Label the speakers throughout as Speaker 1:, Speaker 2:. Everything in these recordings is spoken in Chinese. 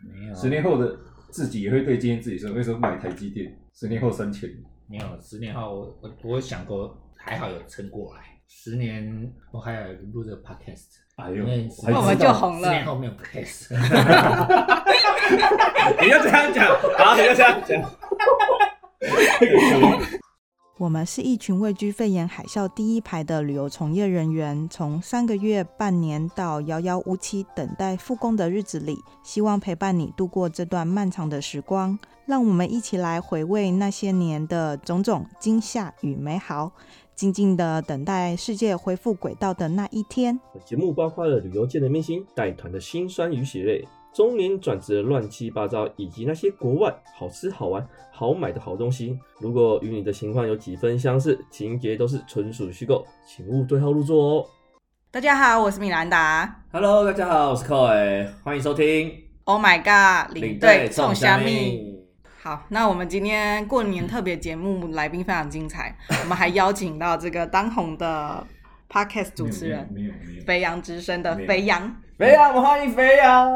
Speaker 1: 啊
Speaker 2: 十年后的自己也会对今天自己说，为什么买台积电？十年后三千，
Speaker 1: 没有十年后我我我想过，还好有撑过来。十年后还有录这个 podcast，
Speaker 2: 哎呦，
Speaker 1: 因为
Speaker 2: 我还
Speaker 1: 我
Speaker 2: 知
Speaker 1: 们
Speaker 3: 就
Speaker 2: 道
Speaker 3: 红
Speaker 1: 十年
Speaker 3: 了。
Speaker 1: 后没有 podcast，
Speaker 4: 你就这样讲，好，你就这样讲。
Speaker 5: 我们是一群位居肺炎海啸第一排的旅游从业人员，从三个月、半年到遥遥无期等待复工的日子里，希望陪伴你度过这段漫长的时光。让我们一起来回味那些年的种种惊吓与美好，静静的等待世界恢复轨道的那一天。
Speaker 4: 本节目包括了旅游界的明星、带团的辛酸与血泪、中年转职的乱七八糟，以及那些国外好吃好玩好买的好东西。如果与你的情况有几分相似，情节都是纯属虚构，请勿对号入座哦。
Speaker 5: 大家好，我是米兰达。
Speaker 4: Hello，大家好，我是 Coy，欢迎收听
Speaker 5: Oh my god！领队送虾米。
Speaker 4: 命。
Speaker 5: 好，那我们今天过年特别节目来宾非常 精彩，我们还邀请到这个当红的 podcast 主持人
Speaker 2: 没有没有没有。
Speaker 5: 肥羊之声的
Speaker 2: 没有
Speaker 5: 肥羊。
Speaker 4: 肥羊，我们欢迎肥羊。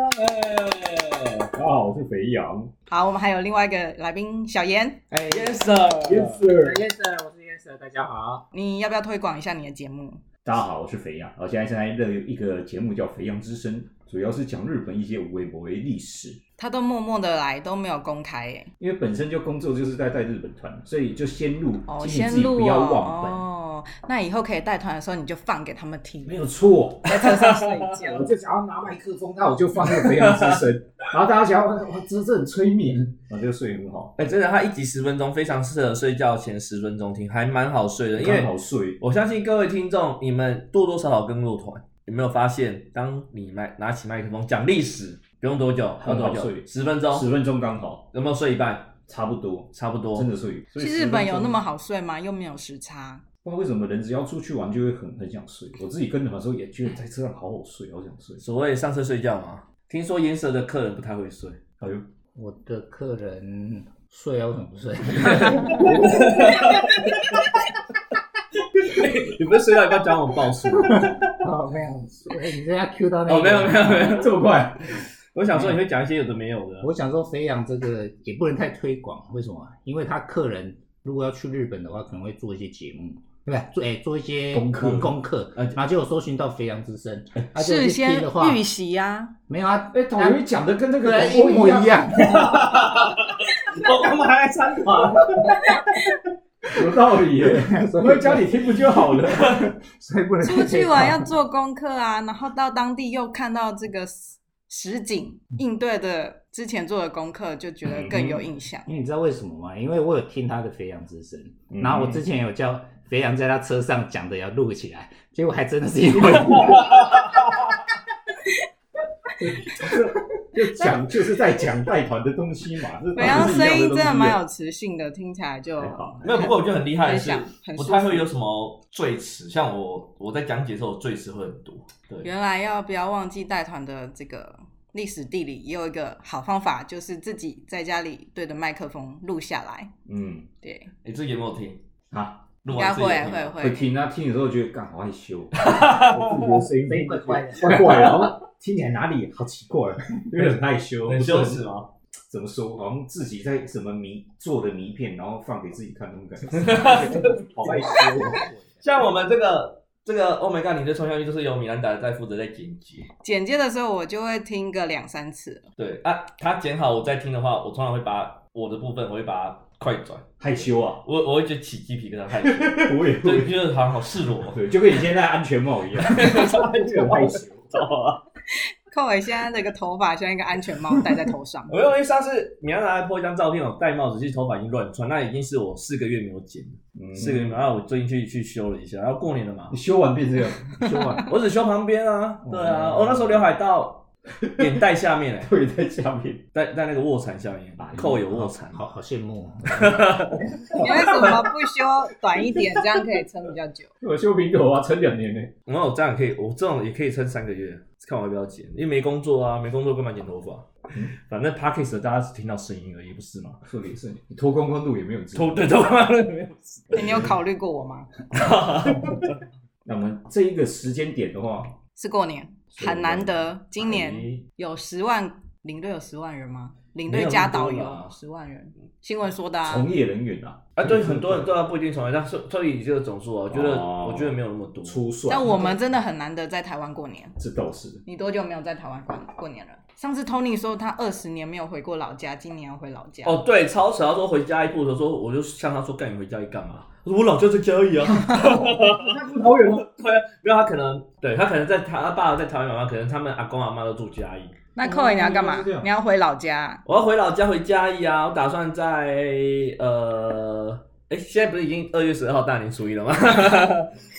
Speaker 2: 大家好，我是肥羊
Speaker 5: 好，我们还有另外一个来宾小严，
Speaker 1: 哎
Speaker 4: Yes sir，Yes
Speaker 2: sir。
Speaker 1: ，Yes sir，我是 Yes sir，大家 好。
Speaker 5: 你要不要推广一下你的节目？
Speaker 2: 大家好，我是肥羊，我现在正在热一个节目叫《肥羊之声》，主要是讲日本一些无为博为历史。
Speaker 5: 他都默默的来，都没有公开耶。
Speaker 2: 因为本身就工作就是在带日本团，所以就先录，
Speaker 5: 哦，
Speaker 2: 请你
Speaker 5: 先
Speaker 2: 自己
Speaker 5: 录
Speaker 2: 不要忘本，
Speaker 5: 哦。哦，那以后可以带团的时候，你就放给他们听，
Speaker 2: 没有错。
Speaker 5: 在车上睡觉。
Speaker 2: 我就想要拿麦克风，那我就放那个《肥羊之声》， 然后大家想要哇，这这很催眠，我就睡得很好，
Speaker 4: 哎、真的，它一集十分钟，非常适合睡觉前十分钟听，还蛮好睡的。因为
Speaker 2: 刚好睡。
Speaker 4: 我相信各位听众，你们多多少少跟过团，有没有发现，当你麦拿起麦克风讲历史，不用多久，要
Speaker 2: 很
Speaker 4: 多
Speaker 2: 好
Speaker 4: 久？
Speaker 2: 睡
Speaker 4: 十分钟，
Speaker 2: 十分钟刚好，
Speaker 4: 有没有睡一半？
Speaker 2: 差不多，
Speaker 4: 差不多，
Speaker 2: 真的睡。所以
Speaker 5: 去
Speaker 2: 10
Speaker 5: 日
Speaker 2: 分
Speaker 5: 本有
Speaker 2: 钟
Speaker 5: 那么？好睡吗？又没有时差。
Speaker 2: 不知道为什么人只要出去玩就会很很想睡。我自己跟你们的时候也觉得在车上好好睡，好想睡。
Speaker 4: 所谓上车睡觉嘛。听说颜色的客人不太会睡，
Speaker 2: 哎呦，
Speaker 1: 我的客人睡啊，为什么不睡？
Speaker 4: 你不是睡到一半讲我们啊爆睡？
Speaker 1: 哦，没有睡，你这要 Q 到那个
Speaker 4: 哦，没有没有没 有，
Speaker 2: 这么快？嗯
Speaker 4: 我想说你会讲一些有的没有的。
Speaker 1: 我想说，肥羊这个也不能太推广，为什么？因为他客人如果要去日本的话，可能会做一些节目，对吧？做哎、做一些
Speaker 2: 功课
Speaker 1: 功课，
Speaker 4: 呃
Speaker 1: 然后结果搜寻到肥羊之声，他就
Speaker 5: 事
Speaker 1: 去听
Speaker 5: 先
Speaker 1: 的话，
Speaker 5: 预习呀、
Speaker 1: 没有啊，
Speaker 2: 哎，导游讲的 跟那个
Speaker 1: 对，
Speaker 2: 广
Speaker 1: 一
Speaker 2: 播
Speaker 1: 模一
Speaker 2: 样，
Speaker 1: 样。
Speaker 4: 我我们还来参团，
Speaker 2: 有道理 耶。我在家里听不就好了？
Speaker 1: 所以不能
Speaker 5: 出去玩要做功课啊， 然后到当地又看到这个实景，
Speaker 4: 嗯
Speaker 5: 应对的之前做的功课，就觉得更有印象。
Speaker 4: 嗯
Speaker 1: 因为你知道为什么吗？因为我有听他的《肥羊之声》
Speaker 2: 嗯
Speaker 1: 然后我之前有叫肥羊在他车上讲的要录起来，结果还真的是一模一样。
Speaker 2: 就讲就是在讲带团的东西嘛。这
Speaker 5: 北洋
Speaker 2: 当然是一
Speaker 5: 声
Speaker 2: 样
Speaker 5: 音
Speaker 2: 东
Speaker 5: 真
Speaker 2: 西
Speaker 5: 的
Speaker 2: 啊
Speaker 5: 蛮有磁性的，听起来就
Speaker 2: 还好
Speaker 4: 没有。不过我觉得很厉害的
Speaker 5: 很
Speaker 4: 是
Speaker 5: 想，很
Speaker 4: 不
Speaker 5: 舒
Speaker 4: 太
Speaker 5: 服
Speaker 4: 会。有什么赘词，像我我在讲解的时候，我赘词会很多。对，
Speaker 5: 原来要不要忘记带团的这个历史地理，也有一个好方法，就是自己在家里对着麦克风录下来。
Speaker 2: 嗯
Speaker 5: 对，
Speaker 4: 你自己有没有听？
Speaker 2: 啊，
Speaker 4: 录
Speaker 5: 应该
Speaker 4: 完自
Speaker 5: 会
Speaker 4: 己有听
Speaker 5: 会
Speaker 4: 吗
Speaker 2: 会
Speaker 5: 会。
Speaker 2: 听啊，听的时候觉得干好害羞， 我自己的声音
Speaker 1: 怪怪的
Speaker 2: 怪怪的，然后听起来哪里好奇怪， 因为很害羞，
Speaker 4: 很
Speaker 2: 不是
Speaker 4: 羞耻吗？
Speaker 2: 怎么说，好像自己在什么迷做的迷片，然后放给自己看那种感觉， 好害羞哦。
Speaker 4: 像我们这个这个 Oh my God，你的冲下去就是由米兰达在负责在剪辑。
Speaker 5: 简介的时候我就会听个两三次，
Speaker 4: 对啊，他剪好我再听的话，我通常会把我的部分我会把它快转，
Speaker 2: 害羞啊，
Speaker 4: 我我会觉得起鸡皮疙瘩，害羞，
Speaker 2: 我也
Speaker 4: 对，
Speaker 2: 会，
Speaker 4: 就是好像好赤裸。
Speaker 2: 对，就跟你现在安全帽一 样，很害羞。
Speaker 5: 寇伟现在的一个头发像一个安全帽戴在 头上
Speaker 4: 。我因为上次米兰达 po 一张照片，我哦戴帽子，其实头发已经乱窜，那已经是我四个月没有剪了，
Speaker 2: 嗯
Speaker 4: 四个月没有。然后我最近去去修了一下，然后过年了嘛
Speaker 2: 你，修完变这样，
Speaker 1: 修完，
Speaker 4: 我只修旁边啊，对啊，
Speaker 2: 嗯
Speaker 4: 我、那时候刘海 到眼袋下面、欸，
Speaker 2: 对，在下面，
Speaker 4: 在在那个卧蚕下面
Speaker 2: 哎，
Speaker 4: 扣有卧蚕，
Speaker 1: 好好羡慕哦。
Speaker 5: 你为什么不修短一点，这样可以撑比较 久？
Speaker 2: 我修平头啊，撑两年呢。
Speaker 4: 然后我这样可以，我这种也可以撑三个月，看我要不要剪，因为没工作啊，没工作干嘛剪头发？反正 p o d c a s t 大家只听到声音而已，不是吗？
Speaker 2: 特别是你脱光光录也没有人知道
Speaker 4: 头对头发没有事
Speaker 3: 哎
Speaker 5: 你有考虑过我吗？
Speaker 2: 那我们这一个时间点的话，
Speaker 5: 是过年，很难得，今年
Speaker 2: 哎
Speaker 5: 有十万
Speaker 3: 领队有十万人吗？领
Speaker 2: 没
Speaker 3: 队
Speaker 2: 有
Speaker 3: 加
Speaker 2: 那么
Speaker 3: 导
Speaker 2: 多
Speaker 3: 游
Speaker 2: 啦
Speaker 3: 十万人，新闻说的啊。
Speaker 2: 从业人员啊，
Speaker 4: 啊，对，很多人都要不一定从业，但是所以这个总数啊，我觉得
Speaker 2: 哦
Speaker 4: 我觉得没有那么多。
Speaker 2: 初算。
Speaker 3: 但我们真的很难得在台湾过年。
Speaker 2: 这倒 是
Speaker 3: 你多久没有在台湾过过年了？上次 Tony 说他二十年没有回过老家，今年要回老家。
Speaker 4: 哦，对，超扯。他说回嘉义步的时候，我就向他说：“干你回嘉义干嘛？”我说：“我老家在嘉义啊。”
Speaker 2: 桃园吗？
Speaker 4: 对啊，没有他可能，对他可能在他他爸在台湾，妈妈可能他们阿公阿妈都住嘉义。
Speaker 3: 那寇伟你要干嘛
Speaker 2: 哦是这？样
Speaker 3: 你要回老 家？
Speaker 4: 我要回老家回嘉义啊！我打算在呃，哎，现在不是已经二月十二号大年初一了吗？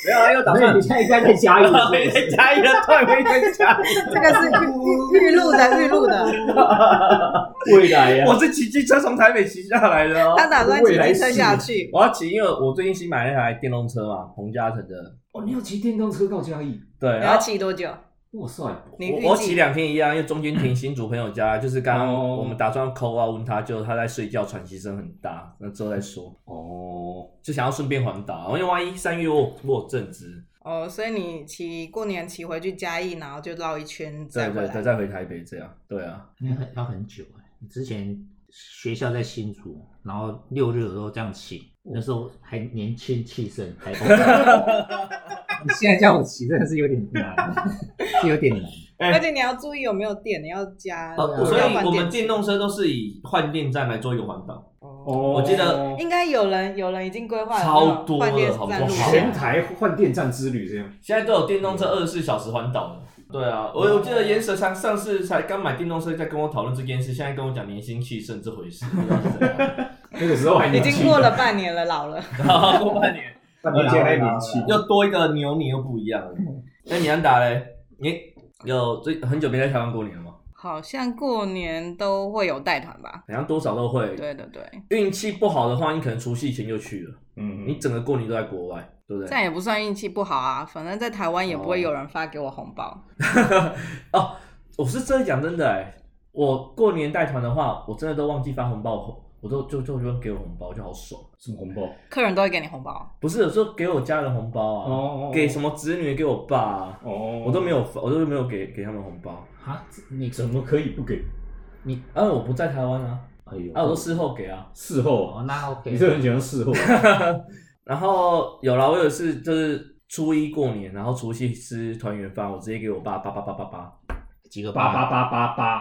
Speaker 4: 没有啊，又打
Speaker 1: 那
Speaker 4: 算
Speaker 1: 你现在应该在嘉义是不
Speaker 4: 回
Speaker 1: 是，
Speaker 4: 嘉义了，对，回嘉义。
Speaker 3: 这个是预预录的，预录
Speaker 2: 哦
Speaker 3: 的。
Speaker 2: 未来啊呀、
Speaker 4: 我是骑机车从台北骑下来的哦。
Speaker 3: 他打算骑机车下去。
Speaker 4: 我要骑，因为我最近新买了一台电动车嘛，洪嘉诚的。
Speaker 2: 哦，你要骑电动车到嘉义，
Speaker 4: 对，
Speaker 3: 你
Speaker 4: 然
Speaker 3: 要
Speaker 4: 后
Speaker 3: 骑多久？
Speaker 2: 哇塞！
Speaker 3: 你
Speaker 4: 我
Speaker 3: 预
Speaker 4: 我骑
Speaker 3: 计
Speaker 4: 两天一样，因为中间停新竹朋友家，就是刚刚
Speaker 2: 哦
Speaker 4: 我们打算 call 啊，问他，就他在睡觉，喘息声很大，那之后再说。
Speaker 2: 哦，
Speaker 4: 就想要顺便环岛，因为万一三月我我有正职，
Speaker 3: 哦，所以你骑过年骑回去嘉义，然后就绕一圈再
Speaker 4: 再
Speaker 3: 回
Speaker 4: 再再
Speaker 3: 来。
Speaker 4: 再回台北这样，对啊，
Speaker 1: 那很要很久哎、你之前学校在新竹，然后六日有时候这样骑，那时候还年轻气盛，还 你现在叫我骑真的是有点难， 是有点难。
Speaker 3: 而且你要注意有没有电，你要加。
Speaker 4: 哦
Speaker 1: 对啊
Speaker 3: 你
Speaker 4: 所
Speaker 3: 要
Speaker 4: 以
Speaker 3: 换
Speaker 4: 我
Speaker 3: 电
Speaker 4: 们
Speaker 3: 池
Speaker 4: 电动车都是以换电站来做一个环岛，
Speaker 2: 哦，
Speaker 4: 我记得
Speaker 3: 应该有人有人已经规划了
Speaker 4: 超
Speaker 3: 那种
Speaker 4: 多
Speaker 3: 换
Speaker 4: 了
Speaker 3: 电
Speaker 4: 好不
Speaker 3: 站路
Speaker 4: 好
Speaker 2: 全
Speaker 3: 线。
Speaker 2: 台换电站之旅这样。
Speaker 4: 现在都有电动车二十四小时环岛了。对啊，我我记
Speaker 3: 哦
Speaker 4: 得严舍上上次才刚买电动车，在跟我讨论这件事，现在跟我讲年薪气盛这回事，不知道是怎 样
Speaker 2: 那个时候还
Speaker 3: 已
Speaker 2: 年轻
Speaker 3: 经过了半年了，老了。
Speaker 4: 然后过半年。
Speaker 2: 半年前还年轻。
Speaker 4: 又多一个牛你又不一样了。
Speaker 2: 嗯
Speaker 4: 那你安达嘞？你有最很久没在台湾过年了吗？
Speaker 3: 好像过年都会有带团吧？
Speaker 4: 好像多少都会。
Speaker 3: 对对对，
Speaker 4: 运气不好的话，你可能除夕前就去了，
Speaker 2: 嗯，
Speaker 4: 你整个过年都在国外，对不
Speaker 3: 这
Speaker 4: 对？
Speaker 3: 样也不算运气不好啊。反正在台湾也不会有人发给我红包。
Speaker 4: 哦，我是真的讲真的哎、我过年带团的话，我真的都忘记发红包，我都就就就给我红包，我就好爽。
Speaker 2: 什么红包？
Speaker 3: 客人都会给你红包，
Speaker 4: 不是，有时候给我家人红包啊，
Speaker 2: 哦
Speaker 4: 给什么子女给我爸、啊，
Speaker 2: 哦，
Speaker 4: 我都没有发，我都没有给给他们红包，
Speaker 1: 啊，这你
Speaker 2: 怎么可以不给？
Speaker 4: 啊，我不在台湾啊，
Speaker 1: 哎呦
Speaker 4: 啊，我都事后给啊。
Speaker 2: 事后
Speaker 1: 哦
Speaker 2: 啊，，
Speaker 1: 那 OK，
Speaker 2: 你这个很喜欢事后啊。
Speaker 4: 然后有啦，我有一次就是初一过年，然后除夕吃团圆饭，我直接给我爸八八八八八，
Speaker 1: 几个
Speaker 2: 八八八八八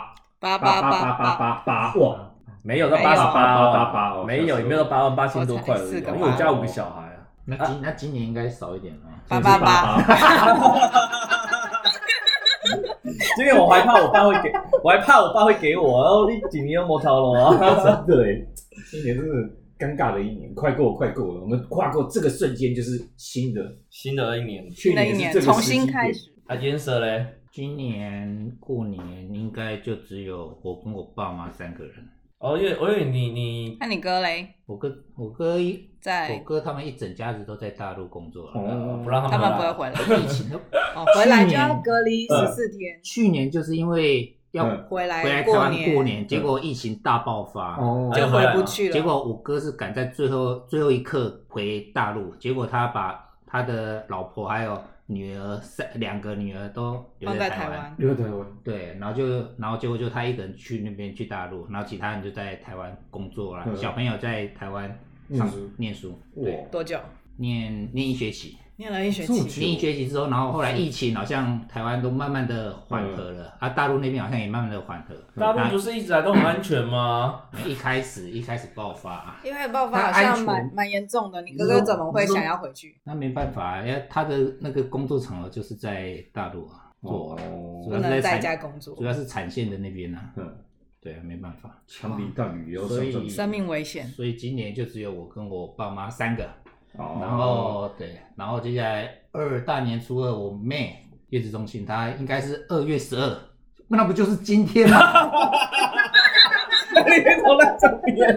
Speaker 2: 八八
Speaker 3: 八八
Speaker 2: 八八
Speaker 3: 八。
Speaker 2: 八八，哇！
Speaker 4: 没有到
Speaker 3: 没有啊
Speaker 4: 八十八
Speaker 2: 88哦
Speaker 4: 没有也没有到八万八千多块
Speaker 3: 我
Speaker 4: 而
Speaker 3: 才四
Speaker 4: 已
Speaker 3: 个
Speaker 4: 啊，
Speaker 3: 吧
Speaker 4: 因为我家五个小孩啊。
Speaker 1: 那今、那今年应该少一点啊。
Speaker 3: 八八八，
Speaker 2: 八，
Speaker 4: 因为我还怕我爸会给，我还怕我爸会给我，然后你几年又没逃了啊。
Speaker 2: 真的哎，今年真的尴尬的一年，快过快过了，我们跨过这个瞬间就是新的，
Speaker 4: 新的一年，
Speaker 2: 去
Speaker 3: 那一
Speaker 2: 年
Speaker 3: 年
Speaker 2: 是这个
Speaker 3: 重
Speaker 2: 时
Speaker 3: 新
Speaker 2: 机
Speaker 3: 开
Speaker 2: 点，
Speaker 3: 始。
Speaker 4: 啊，颜色嘞？
Speaker 1: 今年过年应该就只有我跟我爸妈三个人，
Speaker 4: 哦，因为我以为你你
Speaker 3: 那你哥嘞？
Speaker 1: 我哥我哥一我
Speaker 3: 在
Speaker 1: 哥他们一整家子都在大陆工作了，
Speaker 4: 呃
Speaker 2: 哦
Speaker 4: 不让他
Speaker 3: 嗯他
Speaker 4: 们
Speaker 3: 们
Speaker 4: 来
Speaker 3: 不会回来，
Speaker 1: 疫情都
Speaker 3: 哦，回来就
Speaker 1: 去年
Speaker 3: 要隔离十四天，
Speaker 1: 去年就是因为要
Speaker 2: 嗯
Speaker 3: 回来
Speaker 1: 回来台
Speaker 3: 过
Speaker 1: 湾
Speaker 3: 年
Speaker 1: 过年，嗯结果疫情大爆发，
Speaker 2: 哦
Speaker 3: 就回不去了。
Speaker 1: 结果我哥是赶在最后最后一刻回大陆，结果他把他的老婆还有女儿三两个女儿都留
Speaker 3: 放在
Speaker 1: 台
Speaker 3: 台
Speaker 1: 湾，
Speaker 3: 湾，
Speaker 2: 留在台湾，
Speaker 1: 对，然后就然后结果就他一个人去那边去大陆，然后其他人就在台湾工作啦，
Speaker 2: 嗯
Speaker 1: 小朋友在台湾上
Speaker 2: 念书
Speaker 1: 念书，对，
Speaker 2: 哇，
Speaker 3: 多久？
Speaker 1: 念念一学期。
Speaker 3: 念了一学
Speaker 2: 这么久
Speaker 3: 期。
Speaker 1: 念一学期之后，然后后来疫情好像台湾都慢慢的缓和
Speaker 2: 嗯
Speaker 1: 了，啊，大陆那边好像也慢慢的缓和。
Speaker 4: 大陆不是一直来都很安全吗？
Speaker 1: 那一开始一开始爆发，
Speaker 3: 因为爆发好像蛮蛮严重的，你哥哥怎么会想要回去？
Speaker 1: 那没办法，因为他的那个工作场合就是在大陆啊，做啊
Speaker 2: 哦
Speaker 1: 主
Speaker 3: 不
Speaker 1: 要是
Speaker 3: 能在
Speaker 1: 产
Speaker 3: 家工作
Speaker 1: 主，要是产线的那边啊，
Speaker 2: 嗯，
Speaker 1: 对啊，没办法，
Speaker 2: 枪林弹雨也要
Speaker 1: 所
Speaker 2: 上
Speaker 1: 以
Speaker 2: 阵，哦
Speaker 3: 生命危险。
Speaker 1: 所以今年就只有我跟我爸妈三个，然
Speaker 2: 然
Speaker 1: 后哦对，然后接下来二大年初二，我妹月子中心，她应该是二月十二，那不就是今天吗？
Speaker 4: 你别从那这边，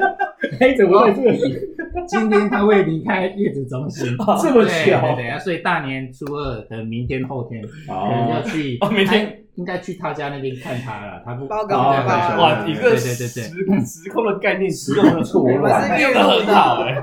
Speaker 2: 哎，怎么会这 个
Speaker 1: 今天她会离开月子中心，
Speaker 2: 这么
Speaker 1: 对对
Speaker 2: 巧？
Speaker 1: 对啊，所以大年初二，可能明天后天，可能要
Speaker 2: 哦，
Speaker 1: 去，
Speaker 4: 哦明天
Speaker 1: 他应该去他家那边看他了，他不
Speaker 3: 包个
Speaker 1: 对
Speaker 3: 红
Speaker 1: 对
Speaker 3: 包
Speaker 1: 对
Speaker 4: 哇，
Speaker 1: 对
Speaker 4: 一个
Speaker 1: 对对
Speaker 4: 时
Speaker 1: 对对
Speaker 4: 时空的概念，时空
Speaker 2: 用错
Speaker 3: 我是
Speaker 2: 乱，
Speaker 3: 越
Speaker 4: 用的很好哎。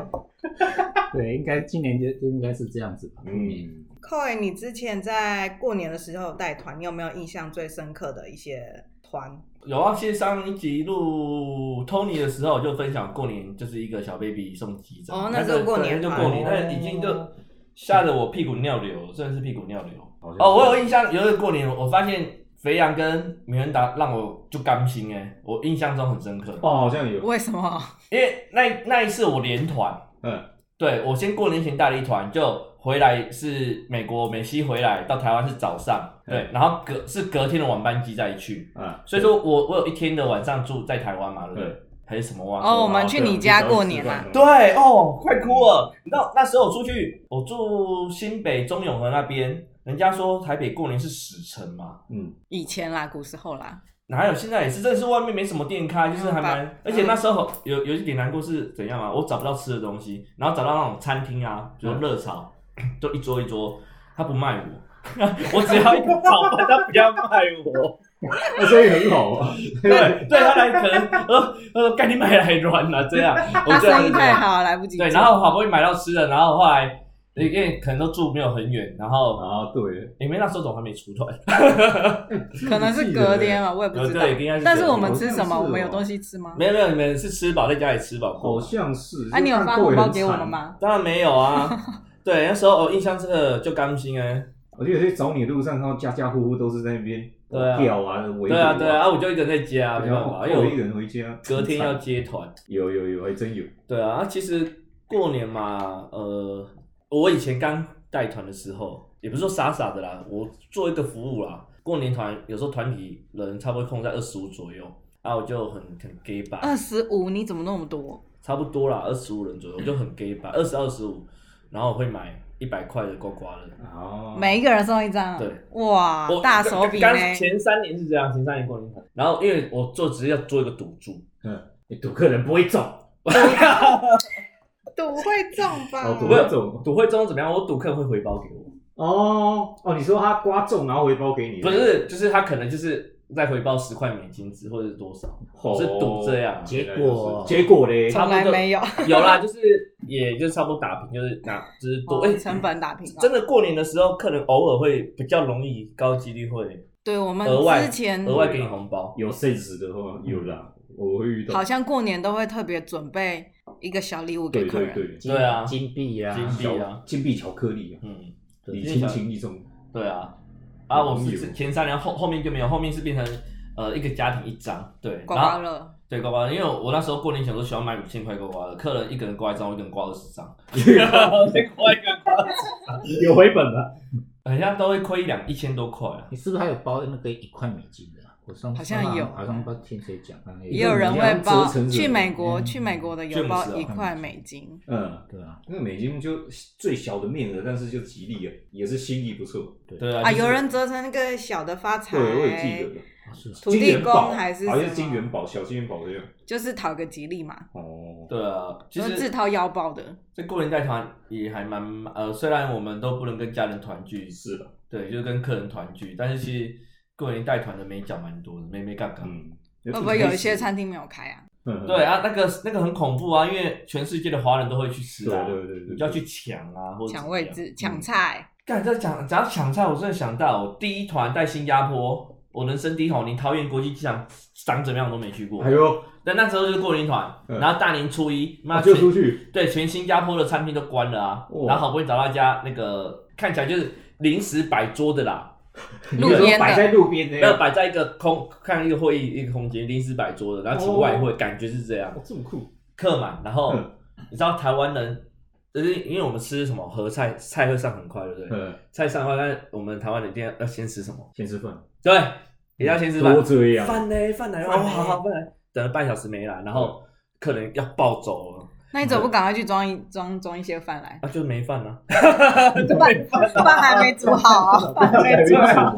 Speaker 1: 对，应该今年就就应该是这样子吧。嗯，
Speaker 2: 嗯，
Speaker 3: Coy，你之前在过年的时候带团，你有没有印象最深刻的一些团？
Speaker 4: 有啊，其实上一集录 Tony 的时候我就分享过年就是一个小 baby 送急诊，
Speaker 3: 哦那时候
Speaker 4: 个
Speaker 3: 过年
Speaker 4: 对那就过年，
Speaker 3: 哦
Speaker 4: 那已经就吓得我屁股尿流，真的是屁股尿流。
Speaker 2: 好像
Speaker 4: 哦，我有印象，有一个过年，我发现肥羊跟米恩达让我就甘心哎、我印象中很深刻，
Speaker 2: 哦，好像有，
Speaker 3: 为什么？
Speaker 4: 因为那那一次我连团，
Speaker 2: 嗯，
Speaker 4: 对我先过年前带了一团，就回来是美国美西回来到台湾是早上，对，然后隔是隔天的晚班机再去，
Speaker 2: 啊，
Speaker 4: 所以说我我有一天的晚上住在台湾嘛，对不对
Speaker 2: 对？
Speaker 4: 还是什么忘了
Speaker 3: 哦，我们去你家过年啦
Speaker 2: 啊，，
Speaker 4: 对哦，快哭了。你知道那时候我出去，我住新北中永和那边，人家说台北过年是死城嘛，
Speaker 2: 嗯，
Speaker 3: 以前啦，古时候啦，
Speaker 4: 哪有？现在也是，真的是外面没什么店开，就是还蛮……而
Speaker 3: 嗯
Speaker 4: 且那时候有有一点难过是怎样啊？我找不到吃的东西，然后找到那种餐厅啊，比如热炒，就一桌一桌，他不卖我， 我只要一个炒饭，他不要卖我。
Speaker 2: 那所以很好啊，
Speaker 4: 对，对他来可能呃呃，干你买来软啊了、这样，我
Speaker 3: 他
Speaker 4: 这样
Speaker 3: 生意
Speaker 4: 就这
Speaker 3: 太
Speaker 4: 样
Speaker 3: 好，来不及。
Speaker 4: 哦对，然后好不容易买到吃的，然后后来因为可能都住没有很远，然后
Speaker 2: 啊，对，
Speaker 4: 你们那时候总还没出团，
Speaker 3: 可能是隔
Speaker 2: 欸
Speaker 3: 天吧，我也不知道
Speaker 4: 对，应该是隔天。
Speaker 3: 但是我们吃
Speaker 2: 好
Speaker 3: 什
Speaker 2: 像
Speaker 3: 么？
Speaker 2: 是哦
Speaker 3: 我们有东西吃吗？
Speaker 4: 没有没有，你们是吃饱在家里吃饱
Speaker 2: 好
Speaker 4: 过，
Speaker 2: 像是。
Speaker 3: 啊，你有发红包给我们？吗？
Speaker 4: 当然没有 啊。对，那时候我印象深刻就甘心哎，
Speaker 2: 我觉得在找你的路上，看到家家户户都是在那边
Speaker 4: 对啊
Speaker 2: 吊啊、围
Speaker 4: 对啊对啊，啊，我就一个人在家，没办法，因
Speaker 2: 我一
Speaker 4: 为
Speaker 2: 人回家，
Speaker 4: 我隔天要接团。
Speaker 2: 有有有，还真有。
Speaker 4: 对啊，啊其实过年嘛，呃，我以前刚带团的时候，也不是说傻傻的啦，我做一个服务啦。过年团有时候团体人差不多控在二十五左右，啊，我就很很 gay 吧，
Speaker 3: 二十五，你怎么那么多？
Speaker 4: 差不多啦，二十五人左右，我就很 gay 吧，二十二十五，然后我会买一百块的刮刮乐。
Speaker 2: 哦，
Speaker 3: 每一个人送一张啊，
Speaker 4: 对
Speaker 3: 哇
Speaker 4: 我，
Speaker 3: 大手笔呢
Speaker 4: 刚？前三年是这样，前三年过年团，然后因为我做只是要做一个赌注，
Speaker 2: 嗯你赌客人不会中，
Speaker 3: 赌会中吧
Speaker 2: 哦，赌会中，
Speaker 4: 赌会中怎么样？我赌客人会回包给我。
Speaker 2: 哦哦，你说他刮中，然后回包给你，
Speaker 4: 不是，就是他可能就是再回报十块美金值或者是多少，
Speaker 2: 哦
Speaker 4: 是赌这样
Speaker 1: 结果
Speaker 2: 结果嘞，
Speaker 4: 差
Speaker 3: 从
Speaker 4: 不多
Speaker 3: 来没有，
Speaker 4: 有啦，就是也就差不多打平，就是拿就是多哎、
Speaker 3: 哦成本打平了。
Speaker 4: 真的过年的时候，客人偶尔会比较容易，高几率会
Speaker 3: 对我们
Speaker 4: 额外
Speaker 3: 之前
Speaker 4: 额外
Speaker 2: 啊
Speaker 4: 给你红包。
Speaker 2: 有 sense 的话有啦，我会遇到。
Speaker 3: 好像过年都会特别准备一个小礼物给
Speaker 2: 对
Speaker 3: 客
Speaker 2: 对
Speaker 3: 人。
Speaker 2: 对，
Speaker 1: 金
Speaker 4: 对啊
Speaker 1: 金币啊，
Speaker 4: 金币
Speaker 2: 巧
Speaker 4: 啊
Speaker 2: 金币巧克力啊，
Speaker 4: 嗯，对
Speaker 2: 你轻轻一中，
Speaker 4: 对啊，啊，我
Speaker 2: 有
Speaker 4: 是前三年后后面就没有，后面是变成呃一个家庭一张，对，
Speaker 3: 刮
Speaker 4: 然
Speaker 3: 刮
Speaker 4: 后
Speaker 3: 乐，
Speaker 4: 对刮刮乐，因为我那时候过年前都喜欢买五千块刮刮乐，客人一个人刮一张，我一个人刮二十张，再刮一个人刮
Speaker 2: 有回本了。
Speaker 4: 好像都会亏一两一千多块啊。
Speaker 1: 你是不是还有包那个一块美金的啊？我上
Speaker 3: 好像有
Speaker 1: 好像不知道听谁讲，啊好像
Speaker 3: 也有人会包
Speaker 2: 折成人
Speaker 3: 去美国，
Speaker 1: 嗯
Speaker 3: 去美国的有
Speaker 4: 詹姆
Speaker 3: 包
Speaker 4: 斯啊
Speaker 3: 一块美金，
Speaker 2: 嗯，
Speaker 1: 对啊，
Speaker 2: 那美金就最小的面额，但是就吉利啊，也是心意不错。
Speaker 4: 对啊，
Speaker 3: 啊，
Speaker 4: 就是
Speaker 3: 有人折成那个小的发财
Speaker 2: 对，，我也记得的。
Speaker 1: 是啊
Speaker 3: 土
Speaker 2: 金
Speaker 3: 地
Speaker 2: 元宝
Speaker 3: 公还是
Speaker 2: 好像
Speaker 3: 什
Speaker 2: 是
Speaker 3: 么
Speaker 2: 金元宝、小金元宝这样。
Speaker 3: 就是讨个吉利嘛，
Speaker 2: 哦，
Speaker 4: 对啊，其
Speaker 3: 就是自
Speaker 4: 实
Speaker 3: 掏腰包的。
Speaker 4: 这过年带团也还蛮呃，虽然我们都不能跟家人团聚，
Speaker 2: 是的，
Speaker 4: 对，就是跟客人团聚，但是其实过年带团的美角蛮多的，没没杠杠。
Speaker 2: 嗯，
Speaker 3: 会
Speaker 2: 会
Speaker 3: 不会有一些餐厅没有开啊？
Speaker 2: 嗯？
Speaker 4: 对啊，那个那个很恐怖啊，因为全世界的华人都会去吃啊，
Speaker 2: 对对对对对
Speaker 4: 你就要去抢啊，或者
Speaker 3: 抢
Speaker 4: 怎么
Speaker 3: 位
Speaker 4: 样。嗯
Speaker 3: 置、抢菜，
Speaker 4: 干这讲，只要抢菜，我真的想到我第一团带新加坡，我人生第一团，连桃园国际机场长怎么样我都没去过。
Speaker 2: 哎呦，
Speaker 4: 但那时候就是过年团，
Speaker 2: 嗯
Speaker 4: 然后大年初一，妈
Speaker 2: 那就
Speaker 4: 全
Speaker 2: 出去
Speaker 4: 对，全新加坡的餐厅都关了啊，
Speaker 2: 哇
Speaker 4: 然后好不容易找到一家那个看起来就是临时摆桌 的啦，
Speaker 2: 你就
Speaker 3: 路边
Speaker 2: 说摆
Speaker 3: 的
Speaker 2: 在路边那
Speaker 4: 那
Speaker 2: 样，
Speaker 4: 摆在一个空看一个会议一个空间，临时摆桌的，然后请外汇，感觉是这样，
Speaker 2: 哦这么酷。
Speaker 4: 客满，然后
Speaker 2: 哦嗯
Speaker 4: 你知道台湾人。就是因为我们吃什么合菜，菜会上很快，对不对？
Speaker 2: 嗯，
Speaker 4: 菜上的话，但是我们台湾人一定要要先吃什么？
Speaker 2: 先吃饭，
Speaker 4: 对，也要先吃饭
Speaker 2: 嗯多。这样。
Speaker 4: 饭呢？饭来了，
Speaker 3: 饭
Speaker 4: 哦，
Speaker 3: 嘞
Speaker 4: 好好，饭来。等了半小时没来，然后
Speaker 2: 嗯
Speaker 4: 客人要暴走了，
Speaker 3: 那你怎么不赶快去装一装装一些饭来？
Speaker 4: 啊，就是没饭了。
Speaker 3: 饭饭还没煮好 啊，饭还没煮好。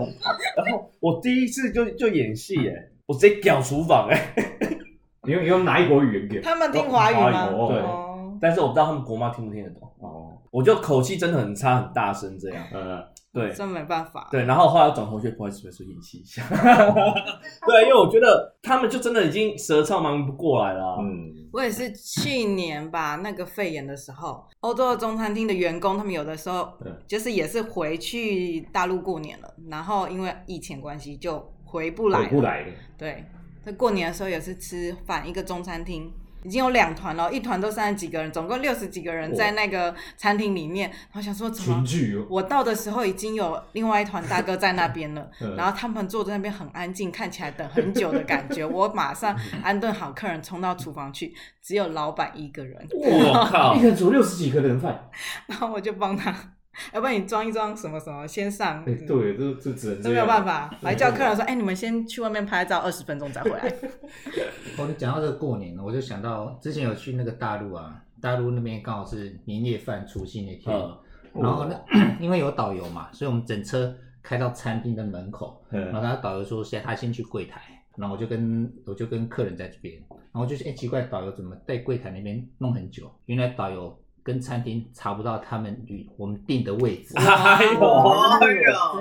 Speaker 4: 然后我第一次就就演戏耶、我直接屌厨房哎、
Speaker 2: 你用你用哪一国语言给？
Speaker 3: 他们听华语吗？
Speaker 2: 哦
Speaker 4: 对
Speaker 3: 哦，
Speaker 4: 但是我不知道他们国骂听不听得懂，
Speaker 2: 哦，
Speaker 4: 我就口气真的很差，很大声这样。
Speaker 2: 呃，
Speaker 4: 对
Speaker 3: 真没办法。
Speaker 4: 对，然后后来我转头去，不好意思，随便演戏 一下。对，因为我觉得他们就真的已经舌唱忙不过来了。啊
Speaker 2: 嗯，
Speaker 3: 我也是去年吧，那个肺炎的时候，欧洲的中餐厅的员工，他们有的时候
Speaker 2: 对
Speaker 3: 就是也是回去大陆过年了，然后因为疫情关系就回不来
Speaker 2: 回
Speaker 3: 了，
Speaker 2: 不来了。
Speaker 3: 对，在过年的时候也是吃反一个中餐厅，已经有两团了，一团都三十几个人，总共六十几个人在那个餐厅里面。然后想说怎么
Speaker 2: 群？聚哦，
Speaker 3: 我到的时候已经有另外一团大哥在那边了
Speaker 2: 嗯，
Speaker 3: 然后他们坐在那边很安静，看起来等很久的感 觉。我马上安顿好客人，冲到厨房去，只有老板一个人，
Speaker 1: 我 靠
Speaker 2: 一！个人煮六十几个人饭，
Speaker 3: 然后我就帮他，要不然你装一装什么什么，先上。
Speaker 2: 哎，对，这这只能
Speaker 3: 嗯都
Speaker 2: 这
Speaker 3: 没
Speaker 2: 样。
Speaker 3: 有办法，我还叫客人 说：“哎、你们先去外面拍照，二十分钟再回来。
Speaker 1: 我哦讲到这个过年，我就想到之前有去那个大陆啊，大陆那边刚好是年夜饭除夕那天，
Speaker 4: 嗯
Speaker 1: 然后呢，因为有导游嘛，所以我们整车开到餐厅的门口，然后
Speaker 2: 嗯，
Speaker 1: 他导游说先他先去柜台，然后我就跟我就跟客人在这边，然后就是哎、奇怪，导游怎么在柜台那边弄很久？原来导游跟餐厅查不到他们与我们定的位置。
Speaker 4: 哎呦，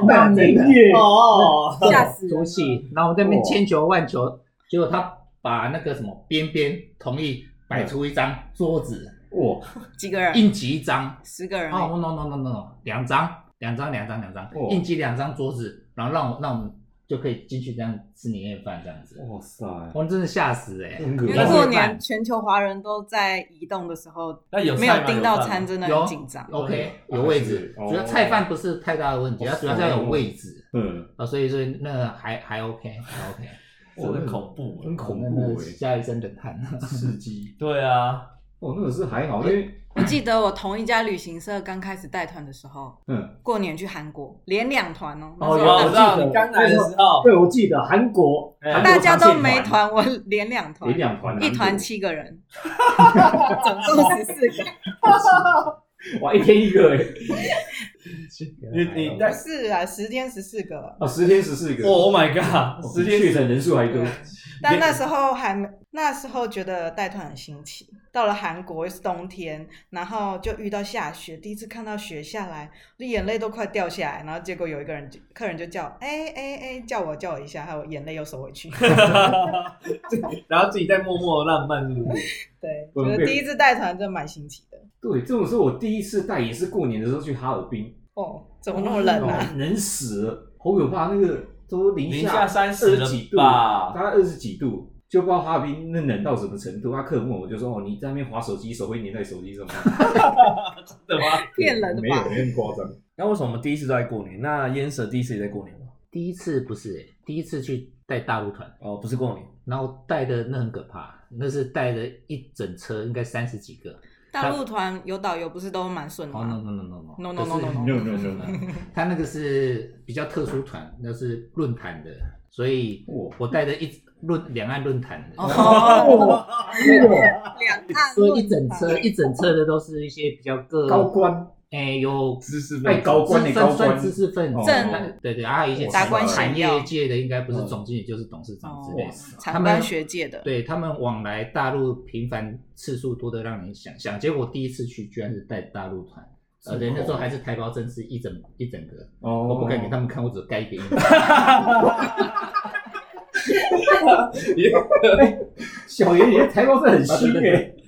Speaker 1: 大年夜
Speaker 6: 哦，
Speaker 1: 吓
Speaker 6: 吓
Speaker 1: 死
Speaker 6: 死
Speaker 1: 游
Speaker 6: 人
Speaker 1: 戏，然后我们在那
Speaker 2: 哦
Speaker 1: 边千求万求，结果他把那个什么边边同意摆出一张桌子，
Speaker 2: 哇，”
Speaker 3: 几个
Speaker 2: 哎
Speaker 3: 人？
Speaker 1: 应急一张，
Speaker 3: 十个人。
Speaker 1: 哦，no no no no no，两张，两张，两张，两张
Speaker 2: 哦，
Speaker 1: 应急两张桌子，然后让我让我们就可以进去这样吃年夜饭这样子，
Speaker 2: 哇塞，
Speaker 1: 我们真的吓死哎、
Speaker 2: 哦很可
Speaker 3: 因
Speaker 1: 那
Speaker 3: 为
Speaker 1: 是
Speaker 2: 怕。
Speaker 3: 过年全球华人都在移动的时候，
Speaker 6: 那有菜吗
Speaker 3: 没有订到
Speaker 6: 有饭吗
Speaker 3: 餐，真的
Speaker 1: 有
Speaker 3: 很紧张。
Speaker 1: OK，
Speaker 2: 哦
Speaker 1: 有位置，
Speaker 2: 还是
Speaker 1: 主要菜饭不是太大的问题，
Speaker 2: 哦
Speaker 1: 它主要是要有位置
Speaker 2: 嗯，
Speaker 1: 啊，所以所以那个还还 OK，还 OK，
Speaker 6: 真的恐怖
Speaker 2: 很
Speaker 6: 欸。
Speaker 2: 恐
Speaker 1: 那
Speaker 2: 怖
Speaker 1: 个
Speaker 2: 哎，
Speaker 1: 吓一身冷汗。
Speaker 2: 刺 激。
Speaker 6: 对啊，
Speaker 2: 哦，那个是还好，因为
Speaker 3: 我记得我同一家旅行社刚开始带团的时候，
Speaker 2: 嗯，
Speaker 3: 过年去韩国，连两团哦。那
Speaker 1: 哦
Speaker 3: 时
Speaker 6: 哇
Speaker 3: 候
Speaker 4: 啊
Speaker 6: 我知道你刚来的时
Speaker 4: 哦
Speaker 6: 候，
Speaker 1: 对，我记得韩国
Speaker 6: 哎
Speaker 3: 大家都没团，我连两团
Speaker 2: 有，两团啊，
Speaker 3: 一团七个人， 总共十四个。
Speaker 2: 哇，一天一个哎，
Speaker 6: 你你在
Speaker 3: 不 是啊，十天十四个，
Speaker 2: 啊，十天十四
Speaker 4: 哦
Speaker 2: 个，
Speaker 6: ，Oh my god，
Speaker 2: 哦
Speaker 6: 时间
Speaker 2: 确诊人数还多，
Speaker 3: 但那时候还没，那时候觉得带团很新奇。到了韩国又是冬天，然后就遇到下雪，第一次看到雪下来，我眼泪都快掉下来。然后结果有一个人就，客人就叫，哎哎哎，叫我叫我一下，还有眼泪又收 回去。
Speaker 6: 然后自己在默默浪漫，是不是？
Speaker 3: 对，
Speaker 2: 我
Speaker 3: 觉
Speaker 2: 们
Speaker 3: 得
Speaker 2: 被
Speaker 3: 第一次带团真的蛮新奇的。
Speaker 2: 对，这种是我第一次带，也是过年的时候去哈尔滨，
Speaker 3: 哦，怎么那么冷啊？
Speaker 2: 哦人死了，好可怕，那个都零
Speaker 6: 零下三十
Speaker 2: 二
Speaker 6: 了
Speaker 2: 十几度
Speaker 6: 吧
Speaker 2: 大概二十几度，就不知道哈尔滨那冷到什么程度。他客人问我，我就说哦，你在那边划手机，手会粘在手机上吗？
Speaker 6: 对吗？
Speaker 3: 骗人的
Speaker 2: 没
Speaker 3: 吧
Speaker 2: 有，？没有那么夸张。
Speaker 6: 那为什么我们第一次都在过年？那烟蛇第一次也在过年吗？
Speaker 1: 第一次不是、欸，第一次去带大陆团，
Speaker 6: 哦，不是过年，
Speaker 1: 然后带的那很可怕，那是带了一整车，应该三十几个。
Speaker 3: 大陆团有导游不是都蛮顺的
Speaker 1: 哦、no
Speaker 3: 吗？
Speaker 1: no no no
Speaker 3: No,
Speaker 1: no
Speaker 3: no, no, no, no.
Speaker 1: 可
Speaker 2: No,
Speaker 1: 是
Speaker 2: no, no, no.
Speaker 1: 他那个是比较特殊团，那是论坛的，所以
Speaker 2: 哇
Speaker 1: 我带着一论两岸论坛的，
Speaker 3: 哦， 两岸
Speaker 1: 所
Speaker 3: 论
Speaker 1: 以一整车
Speaker 3: 坛
Speaker 1: 一整车的都是一些比较各
Speaker 2: 高官
Speaker 1: 哎、有
Speaker 6: 知识分子
Speaker 2: 哎，高官的
Speaker 1: 算
Speaker 2: 高
Speaker 1: 算
Speaker 2: 官，
Speaker 1: 知识分子，
Speaker 3: 正
Speaker 1: 那对对，还有一些
Speaker 2: 达官哦
Speaker 1: 产
Speaker 3: 显要
Speaker 1: 业界的，应该不是总经理就是董事长之类
Speaker 2: 哇
Speaker 1: 的。
Speaker 2: 塞
Speaker 3: 长官学界的，
Speaker 1: 对他们往来大陆频繁次数多得让你想象，结果第一次去居然是带大陆团，而且那时候还是台胞证是一整一整个，
Speaker 2: 哦
Speaker 1: 我不敢给他们看，我只盖一点。
Speaker 2: 小爷爷台胞是很虚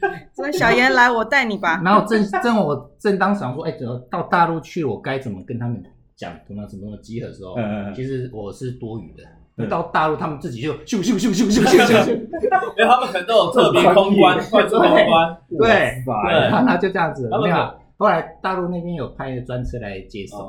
Speaker 2: 哎，
Speaker 3: 所以小严来，我带你吧。
Speaker 1: 然后正正我正当想说，哎，怎么到大陆去我该怎么跟他们讲怎么怎么怎么集合的时候，
Speaker 2: 嗯嗯嗯
Speaker 1: 其实我是多余的。
Speaker 2: 嗯
Speaker 1: 到大陆，他们自己就咻咻咻咻咻咻咻咻，
Speaker 6: 因为他们可能都有特别公关，关注公关，
Speaker 1: 对，
Speaker 2: 哇
Speaker 6: 对
Speaker 1: 然啊后就这样子
Speaker 6: 他，们
Speaker 1: 没有。后来大陆那边有派专车来接送，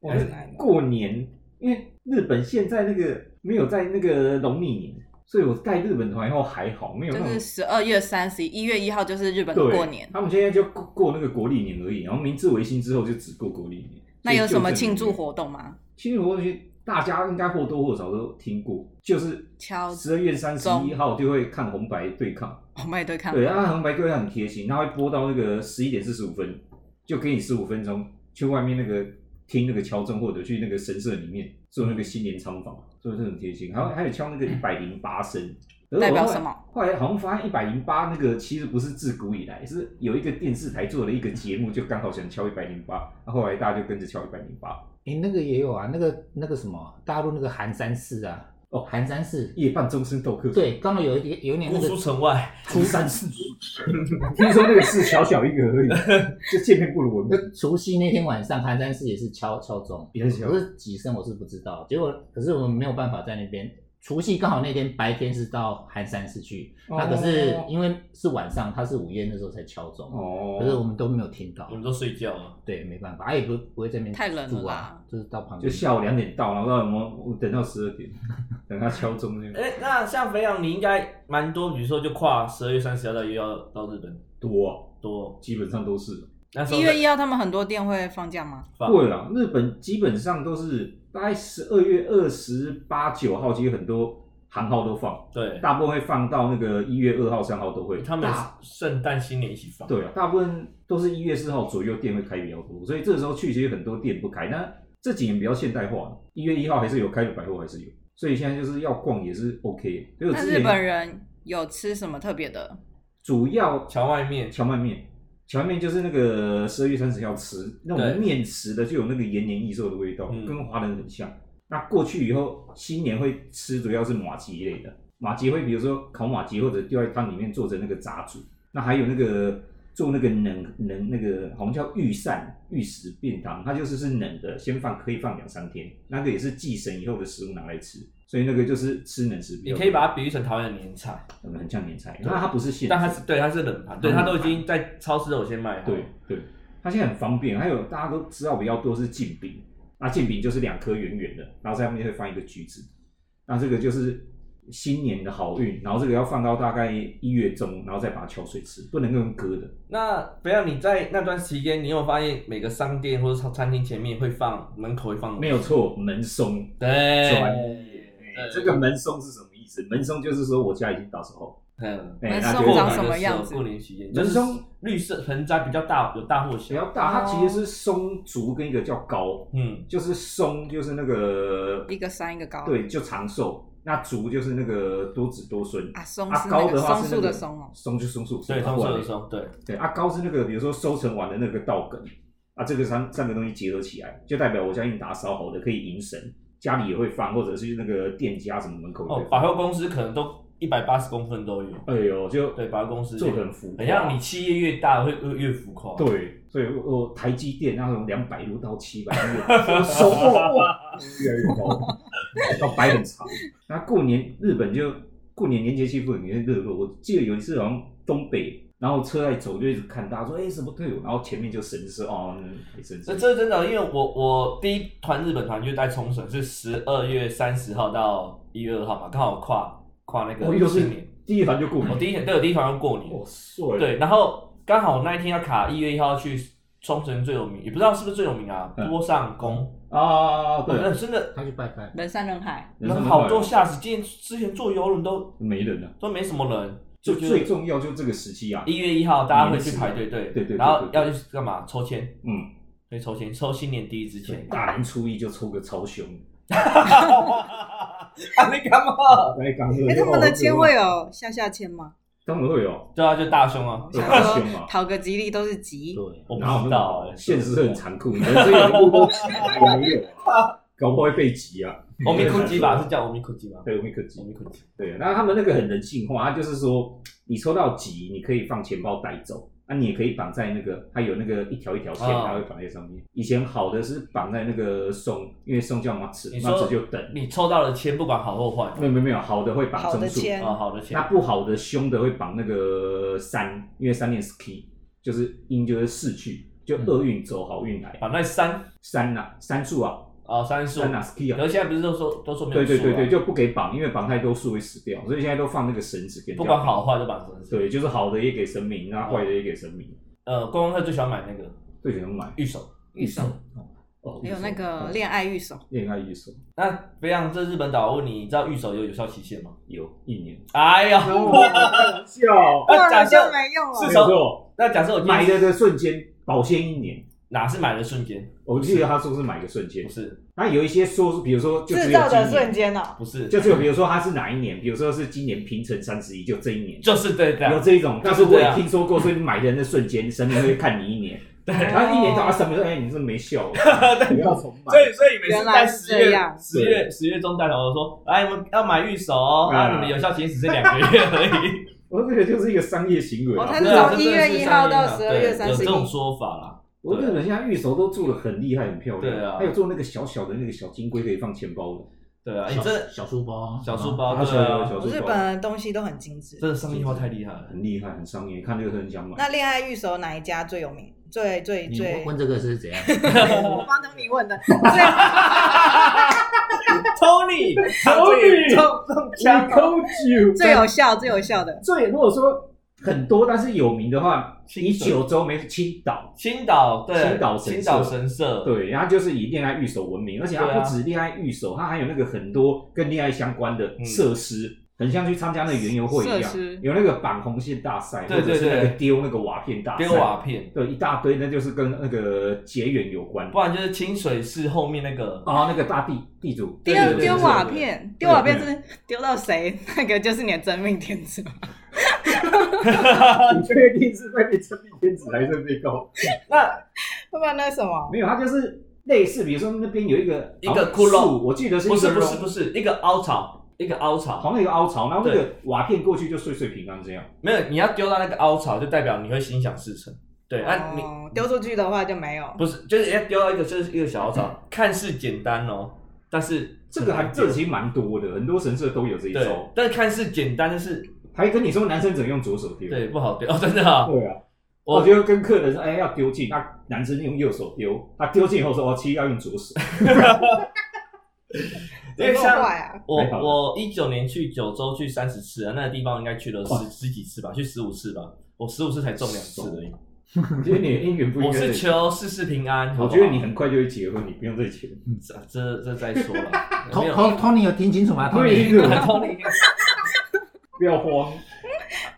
Speaker 2: 哇
Speaker 3: 啊
Speaker 2: 过年，因为日本现在那个没有在那个农历年，所以我带日本团以后还好，没有那
Speaker 3: 就
Speaker 2: 种
Speaker 3: 是十二月三十一月一号就是日本的
Speaker 2: 对
Speaker 3: 过年，
Speaker 2: 他们现在就过过那个国历年而已，然后明治维新之后就只过国历年。
Speaker 3: 那有什么庆
Speaker 2: 所以就这个
Speaker 3: 祝活动吗？
Speaker 2: 庆祝活动？大家应该或多或少都听过，就是
Speaker 3: 敲
Speaker 2: 十二月三十一
Speaker 3: 钟
Speaker 2: 号就会看红白对抗，
Speaker 3: 我们也对看，
Speaker 2: 对，啊，红白对抗很贴心，他会播到那个十一点四十五分，就给你十五分钟去外面那个听那个敲钟，或者去那个神社里面做那个新年仓房，所以这很贴心。还有还有敲那个一百零八声，可是我
Speaker 3: 嗯代表
Speaker 2: 后来
Speaker 3: 什么？
Speaker 2: 后来好像发现一百零八那个其实不是自古以来，是有一个电视台做了一个节目，就刚好想敲一百零八，那后来大家就跟着敲一百零八。
Speaker 1: 诶，那个也有啊，那个那个什么，大陆那个寒山寺啊，
Speaker 2: 哦
Speaker 1: 寒山寺，
Speaker 2: 夜半钟声斗客，，
Speaker 1: 对，刚好有一点有一点那
Speaker 6: 姑苏
Speaker 1: 个
Speaker 6: 城外，
Speaker 2: 初三四， 听说那个是小小一个而已，就见面不如闻名。
Speaker 1: 那除夕那天晚上，寒山寺也是敲敲钟，
Speaker 2: 也是敲
Speaker 1: 可是几声我是不知道。结果可是我们没有办法在那边除夕刚好那天白天是到寒山寺去，
Speaker 2: 哦
Speaker 1: 那可是因为是晚上，他是午夜那时候才敲钟，
Speaker 2: 哦，
Speaker 1: 可是我们都没有听到
Speaker 4: 哦
Speaker 6: 你，们都睡觉了，
Speaker 1: 对，没办法，啊他也不不会在那边
Speaker 7: 太冷了
Speaker 1: 住啊
Speaker 7: 啦，
Speaker 1: 就是到旁
Speaker 2: 就
Speaker 1: 边
Speaker 2: 下午两点到，然后到我们我等到十二点，等他敲钟那样
Speaker 4: 哎、那像肥羊，你应该蛮多，比如说就跨十二月三十号到一号到日本
Speaker 2: 多啊、
Speaker 4: 多，
Speaker 2: 基本上都是。
Speaker 4: 那时候
Speaker 3: 一月一号他们很多店会放假吗？
Speaker 4: 放
Speaker 2: 对啊，日本基本上都是大概十二月二十八九号，其实很多行号都放，
Speaker 4: 对，
Speaker 2: 大部分会放到那个一月二号、三号都会。
Speaker 4: 他们
Speaker 2: 大
Speaker 4: 圣诞新年一起放，
Speaker 2: 对啊，大部分都是一月四号左右店会开比较多，所以这时候去其实很多店不开。那这几年比较现代化，一月一号还是有开的百货还是有，所以现在就是要逛也是 OK。所以我
Speaker 7: 那
Speaker 2: 之
Speaker 7: 日本
Speaker 2: 前
Speaker 7: 人有吃什么特别的？
Speaker 2: 主要
Speaker 4: 荞麦面，
Speaker 2: 荞麦面，荞麦面就是那个十二月三十要吃那
Speaker 4: 对
Speaker 2: 种面食的，就有那个延年益寿的味道，
Speaker 4: 嗯
Speaker 2: 跟华人很像。那过去以后，新年会吃主要是马吉类的，马吉会比如说烤马吉或者丢在汤里面做成那个炸煮，那还有那个做那个冷冷那个好像叫玉膳玉石便当，它就是是冷的，先放可以放两三天，那个也是祭神以后的食物拿来吃，所以那个就是吃冷食比
Speaker 4: 你
Speaker 2: 较多。
Speaker 4: 可以把它比喻成桃园的年菜，
Speaker 2: 嗯很像年菜，那它不是现，
Speaker 4: 但它是对它是冷盘，对它都已经在超市都有先卖好，
Speaker 7: 哦
Speaker 2: 对对，它现在很方便，还有大家都知道比较多是镜饼，那镜饼就是两颗圆圆的，然后上面会放一个橘子，那这个就是新年的好运，然后这个要放到大概一月中，然后再把它敲碎吃，不能够用割的。
Speaker 4: 那不要你在那段时间，你有发现每个商店或者餐餐厅前面会放门口会放
Speaker 2: 没有错，门松，
Speaker 4: 对
Speaker 2: 专
Speaker 4: 呃
Speaker 2: 哎这个门松是什么意思？门松就是说我家已经到时候，
Speaker 4: 嗯，
Speaker 2: 哎、
Speaker 7: 门
Speaker 2: 那
Speaker 7: 松
Speaker 2: 就
Speaker 7: 长
Speaker 2: 把
Speaker 7: 什么样
Speaker 4: 过年期间，
Speaker 2: 门松
Speaker 4: 绿色盆栽比较大，有大或
Speaker 2: 比
Speaker 4: 小，
Speaker 2: 较大，它其实是松竹跟一个叫高，
Speaker 4: 嗯，
Speaker 2: 就是松就是那个
Speaker 7: 一个山一个高。
Speaker 2: 对，就长寿。那竹就是那个多子多孙
Speaker 7: 啊，松
Speaker 2: 啊
Speaker 7: 是那
Speaker 2: 高
Speaker 7: 个
Speaker 2: 的话
Speaker 7: 松
Speaker 2: 是
Speaker 7: 树
Speaker 2: 那
Speaker 7: 的
Speaker 2: 个
Speaker 7: 松哦，
Speaker 2: 松就松树，
Speaker 4: 对，
Speaker 2: 它
Speaker 4: 棕
Speaker 2: 过来
Speaker 4: 色的松，对，
Speaker 2: 对啊，高是那个，比如说收成完的那个稻梗啊，这个三三个东西结合起来，就代表我家已经打扫好的，可以迎神，家里也会放，或者是那个店家什么门口也
Speaker 4: 哦
Speaker 2: 会，
Speaker 4: 百
Speaker 2: 放。
Speaker 4: 货公司可能都一百八十公分都有，
Speaker 2: 哎呦，就
Speaker 4: 对，百货公司
Speaker 2: 做得很浮夸，
Speaker 4: 很像你企业越大会越越浮夸，，
Speaker 2: 对，所以我我台积电那种两百路到七百路，手哇哇越来越高，到摆很长。那过年日本就过年年节气氛也很热络，我记得有一次好像东北，然后车在走就一直看大家说哎、什么队伍，然后前面就神社哦，嗯还神社
Speaker 4: 这，这是真的，因为我我第一团日本团就是在冲绳，是十二月三十号到一月二号嘛，刚好跨跨那
Speaker 2: 我
Speaker 4: 个
Speaker 2: 哦又是
Speaker 4: 新年。
Speaker 2: 第一团就过年，
Speaker 4: 我哦第一天对，我第一团要过年，
Speaker 2: 哇帅，
Speaker 4: 对，然后刚好那一天要卡一月一号去冲绳最有名，也不知道是不是最有名啊，
Speaker 2: 嗯
Speaker 4: 波上宫，
Speaker 2: 啊，
Speaker 4: 对，那
Speaker 2: 对，
Speaker 4: 真的，
Speaker 1: 他去拜拜，
Speaker 7: 人山人海。
Speaker 2: 人山人
Speaker 4: 那
Speaker 2: 海
Speaker 4: 好多下次，今天之前坐游轮都
Speaker 2: 没人了、啊，
Speaker 4: 都没什么人，
Speaker 2: 就
Speaker 4: 就觉
Speaker 2: 最
Speaker 4: 得
Speaker 2: 重要就这个时期啊，
Speaker 4: 一月一号大家会去排队，对
Speaker 2: 对对对
Speaker 4: 然后
Speaker 2: 对
Speaker 4: 要
Speaker 2: 对
Speaker 4: 去干嘛？抽签，
Speaker 2: 嗯，
Speaker 4: 对，抽签，抽新年第一支签。
Speaker 2: 大年初一就抽个超凶，
Speaker 4: 啊， 你干嘛？
Speaker 2: 来刚哥，
Speaker 3: 哎，他们的签会
Speaker 2: 哦
Speaker 3: 有下下签吗？
Speaker 2: 当然会有。
Speaker 4: 对啊，就大胸啊
Speaker 3: 我，
Speaker 2: 对
Speaker 3: 想
Speaker 2: 大
Speaker 3: 说
Speaker 2: 凶啊
Speaker 3: 讨个吉利都是吉，
Speaker 1: 对，
Speaker 4: 我不
Speaker 2: 然后
Speaker 4: 知道，欸
Speaker 2: 现实是很残酷，你们这个不都还没有啊？搞不好会被挤啊。
Speaker 4: 我们酷鸡吧，是叫我们酷鸡吧？
Speaker 2: 对，我们可
Speaker 4: 我
Speaker 2: 挤。
Speaker 4: 们酷鸡。
Speaker 2: 对，那他们那个很人性化，他就是说，你抽到挤，你可以放钱包带走，那、你也可以绑在那个，它有那个一条一条线，
Speaker 4: 哦
Speaker 2: 它会绑在上面。以前好的是绑在那个松，因为松叫马齿，
Speaker 4: 你
Speaker 2: 马齿
Speaker 4: 说
Speaker 2: 就等。
Speaker 4: 你抽到了签，不管好或坏，
Speaker 2: 没有没有没有，好的会绑
Speaker 3: 好
Speaker 2: 松
Speaker 3: 的
Speaker 2: 树，
Speaker 3: 签
Speaker 4: 啊，好的
Speaker 2: 嗯
Speaker 4: 签
Speaker 2: 那，不好的凶的会绑那个三，因为三念 ski 就是因就是逝去，就厄运走，好运来。
Speaker 4: 反正三
Speaker 2: 三呐，三树啊，
Speaker 4: 啊，三数。
Speaker 2: 三呐
Speaker 4: 然
Speaker 2: ski 啊
Speaker 4: 后，现在不是都说都说没有
Speaker 2: 对对
Speaker 4: 数
Speaker 2: 对
Speaker 4: 啊
Speaker 2: 对，就不给绑，因为绑太多树会死掉，所以现在都放那个绳子给。
Speaker 4: 不管好，坏都绑绳子。
Speaker 2: 对，就是好的也给神明，那坏的也给神明，
Speaker 4: 呃，观光客最喜欢买那个
Speaker 2: 对，全买
Speaker 4: 玉手。
Speaker 7: 玉手，
Speaker 2: 哦
Speaker 7: 还有那个
Speaker 2: 玉手
Speaker 7: 恋爱玉手，
Speaker 2: 恋爱玉手
Speaker 4: 那飞扬这日本岛，我问你，你知道玉手有有效期限吗？
Speaker 2: 有一年，
Speaker 4: 哎呀，
Speaker 2: 笑，
Speaker 3: 过
Speaker 4: 那 假
Speaker 3: 了
Speaker 4: 设
Speaker 3: 就没用
Speaker 2: 没
Speaker 4: 是
Speaker 3: 了。
Speaker 4: 手
Speaker 2: 错，
Speaker 4: 那假设我今天
Speaker 2: 买的的瞬间保鲜一年，
Speaker 4: 哪是买的瞬间？
Speaker 2: 我记得他说是买个瞬间
Speaker 4: 不，是
Speaker 2: 那有一些说是，比如说就只
Speaker 3: 制
Speaker 2: 有
Speaker 3: 造
Speaker 2: 今
Speaker 3: 的
Speaker 2: 年
Speaker 3: 瞬间哦，
Speaker 4: 不是，
Speaker 2: 就是有比如说他是哪一年，比如说是今年平成三十一，就这一年。
Speaker 4: 就是对啊
Speaker 2: 有
Speaker 4: 的，
Speaker 2: 这一种，
Speaker 4: 就
Speaker 2: 但
Speaker 4: 是
Speaker 2: 是
Speaker 4: 这
Speaker 2: 我也
Speaker 4: 样
Speaker 2: 听说过，所以你买的人的瞬间，神明会看你一年，
Speaker 4: 对。
Speaker 2: 然后一年到他神明说：“哎，你是没笑， 不要重买。”
Speaker 4: 所以，所以每次
Speaker 3: 原
Speaker 4: 在
Speaker 3: 来是
Speaker 4: 十
Speaker 3: 这
Speaker 4: 月
Speaker 3: 样
Speaker 4: 十月十月中带头说，来，你们要买玉手哦，
Speaker 2: 啊
Speaker 4: 啊，你们有效期只是两个月而 已。
Speaker 2: 我说这个就是一个商业行为、
Speaker 3: 哦，他
Speaker 2: 啊。
Speaker 3: 是
Speaker 4: 对啊
Speaker 3: 从
Speaker 4: 这
Speaker 3: 一
Speaker 4: 真的是
Speaker 3: 月一号到
Speaker 4: 商
Speaker 3: 十
Speaker 4: 业
Speaker 3: 二
Speaker 4: 行为
Speaker 3: 月
Speaker 4: 对
Speaker 3: 三
Speaker 4: 有
Speaker 3: 十
Speaker 4: 这
Speaker 3: 一，
Speaker 4: 种说法啦。
Speaker 2: 我日本现在玉手都做的很厉害，很漂亮。
Speaker 4: 对啊
Speaker 2: 还有做那个小小的那个小金龟可以放钱包的，
Speaker 4: 对啊，你
Speaker 1: 小
Speaker 4: 这
Speaker 1: 小书包，
Speaker 4: 小书
Speaker 1: 包。
Speaker 4: 包
Speaker 2: 他
Speaker 4: 对
Speaker 2: 小
Speaker 4: 啊，
Speaker 2: 小
Speaker 3: 日
Speaker 2: 书
Speaker 3: 本
Speaker 2: 包
Speaker 3: 人的东西都很精致。
Speaker 4: 真的商业化太厉害了。
Speaker 2: 很厉害，很商业，看这个很想买。
Speaker 3: 那恋爱御守哪一家最有名？最最
Speaker 1: 你
Speaker 3: 最？
Speaker 1: 问这个是怎样？
Speaker 3: 我帮你问的。最
Speaker 6: Tony，
Speaker 2: Tony
Speaker 3: 中中 枪哦
Speaker 2: 扣酒
Speaker 3: 最有效最有效的。
Speaker 2: 最如果说很多，但是有名的话，
Speaker 4: 清
Speaker 2: 以
Speaker 4: 水
Speaker 2: 九州没青岛，
Speaker 4: 青岛对，
Speaker 2: 青岛神社
Speaker 4: 青岛神社，
Speaker 2: 对，然后就是以恋爱御守闻名，而且它
Speaker 4: 对啊
Speaker 2: 不止恋爱御守，它还有那个很多跟恋爱相关的
Speaker 4: 嗯
Speaker 2: 设施，很像去参加那个园游会一
Speaker 7: 设
Speaker 2: 样
Speaker 7: 施，
Speaker 2: 有那个绑红线大赛，
Speaker 4: 对对
Speaker 2: 或者是那个
Speaker 4: 对
Speaker 2: 丢那个瓦片大赛，
Speaker 4: 丢瓦片，
Speaker 2: 对，一大堆，那就是跟那个结缘有关
Speaker 4: 不。然就是清水寺后面那个
Speaker 2: 啊，那个大地地主
Speaker 7: 丢
Speaker 2: 对对对
Speaker 7: 丢
Speaker 2: 对
Speaker 7: 瓦
Speaker 2: 对
Speaker 7: 片，
Speaker 2: 对
Speaker 7: 丢瓦片是丢到谁，那个就是你的真命天子。
Speaker 2: 你确定是被真命天子还是被告？
Speaker 3: 要 不然那什么？
Speaker 2: 没有，它就是类似，比如说那边有一个
Speaker 4: 一个窟窿
Speaker 2: 树我记得是一
Speaker 4: 不是
Speaker 2: 个
Speaker 4: 不是
Speaker 2: 榕
Speaker 4: 不是一个凹槽，一个凹槽，
Speaker 2: 好像有一个凹槽，然后那个瓦片过去就岁岁平安这样。
Speaker 4: 没有，你要丢到那个凹槽，就代表你会心想事成。对，啊你
Speaker 3: 哦丢出去的话就没有。
Speaker 4: 不是就是要丢到一个就是一个小凹槽，看似简单哦，但是啊
Speaker 2: 这个还这
Speaker 4: 这
Speaker 2: 个其实蛮多的，很多神社都有这一
Speaker 4: 对
Speaker 2: 招，，
Speaker 4: 但是看似简单，但是
Speaker 2: 还跟你说男生只能用左手丢。
Speaker 4: 对不好丢，哦、真的啊、
Speaker 2: 对啊，
Speaker 4: 我
Speaker 2: 我就跟客人说，哎，要丢进，他男生用右手丢，他丢进以后说，哦，其实要用左 手。
Speaker 3: 怎么那么坏
Speaker 4: 因为像
Speaker 3: 啊，
Speaker 4: 我
Speaker 2: 还好
Speaker 4: 我一九年去九州去三十次啊，那个地方应该去了十十几次吧，去十五次吧，我十五次才中两次而已。
Speaker 2: 因为你的姻缘不应
Speaker 4: 我
Speaker 2: 该
Speaker 4: 是。求事事平安，好
Speaker 2: 我
Speaker 4: 不
Speaker 2: 觉
Speaker 4: 好
Speaker 2: 得你很快就会结婚，你不用再结。
Speaker 4: 这这这再说了，没
Speaker 1: 托
Speaker 4: 有
Speaker 1: 托托尼有听清楚吗？托
Speaker 2: 对，
Speaker 1: 尼，
Speaker 2: 是我 不要慌。